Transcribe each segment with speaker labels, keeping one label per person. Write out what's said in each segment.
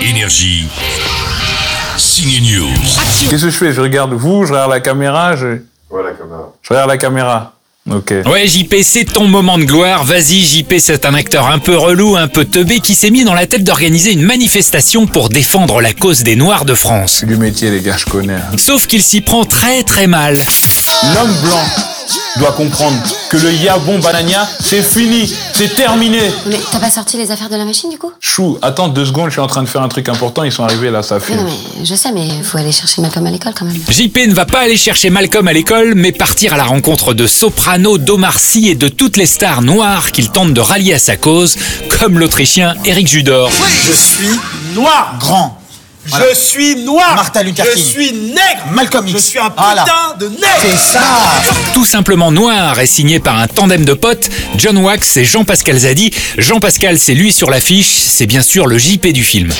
Speaker 1: Énergie. Signe News.
Speaker 2: Qu'est-ce que je fais Je regarde vous, je regarde la caméra, je,
Speaker 3: Ouais, la caméra.
Speaker 2: je regarde la caméra. Ok.
Speaker 4: Ouais, JP, c'est ton moment de gloire. Vas-y, JP, c'est un acteur un peu relou, un peu teubé qui s'est mis dans la tête d'organiser une manifestation pour défendre la cause des Noirs de France.
Speaker 2: C'est du métier, les gars, je connais. hein.
Speaker 4: Sauf qu'il s'y prend très très mal.
Speaker 2: L'homme blanc doit comprendre que le Yabon Banania, c'est fini, c'est terminé.
Speaker 5: Mais t'as pas sorti les affaires de la machine du coup
Speaker 2: Chou, attends deux secondes, je suis en train de faire un truc important, ils sont arrivés là, ça
Speaker 5: Oui,
Speaker 2: fait.
Speaker 5: non, mais je sais, mais faut aller chercher Malcolm à l'école quand même.
Speaker 4: JP ne va pas aller chercher Malcolm à l'école, mais partir à la rencontre de Soprano, d'Omar Sy et de toutes les stars noires qu'il tente de rallier à sa cause, comme l'Autrichien Eric Judor.
Speaker 6: Je suis noir.
Speaker 7: grand.
Speaker 6: Je suis noir.
Speaker 7: Martin Luther
Speaker 6: Je
Speaker 7: King.
Speaker 6: suis nègre.
Speaker 7: Malcolm X.
Speaker 6: Je suis un putain
Speaker 7: Voilà.
Speaker 6: de nègre.
Speaker 7: C'est ça
Speaker 4: Tout simplement noir est signé par un tandem de potes, John Wax et Jean-Pascal Zadi. Jean-Pascal, c'est lui sur l'affiche, c'est bien sûr le JP du film.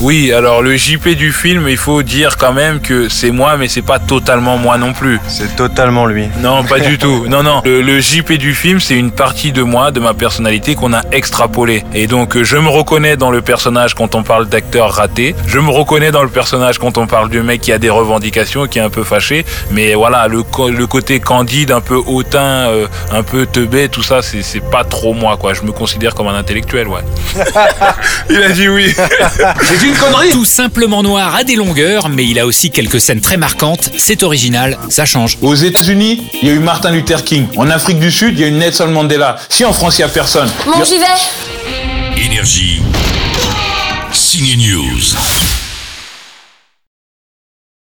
Speaker 8: Oui, alors le JP du film, il faut dire quand même que c'est moi, mais c'est pas totalement moi non plus.
Speaker 3: C'est totalement lui.
Speaker 8: Non, pas du tout. Non, non. Le, le JP du film, c'est une partie de moi, de ma personnalité qu'on a extrapolée. Et donc, euh, je me reconnais dans le personnage quand on parle d'acteur raté. Je me reconnais dans le personnage quand on parle du mec qui a des revendications, qui est un peu fâché. Mais voilà, le, co- le côté candide, un peu hautain, euh, un peu teubé, tout ça, c'est c'est pas trop moi, quoi. Je me considère comme un intellectuel, ouais. Il a dit oui.
Speaker 4: Tout simplement noir a des longueurs, mais il a aussi quelques scènes très marquantes. C'est original, ça change.
Speaker 2: Aux États-Unis, il y a eu Martin Luther King. En Afrique du Sud, il y a eu Nelson Mandela. Si en France, il n'y a personne.
Speaker 5: Bon, j'y vais
Speaker 1: Énergie. Signe News.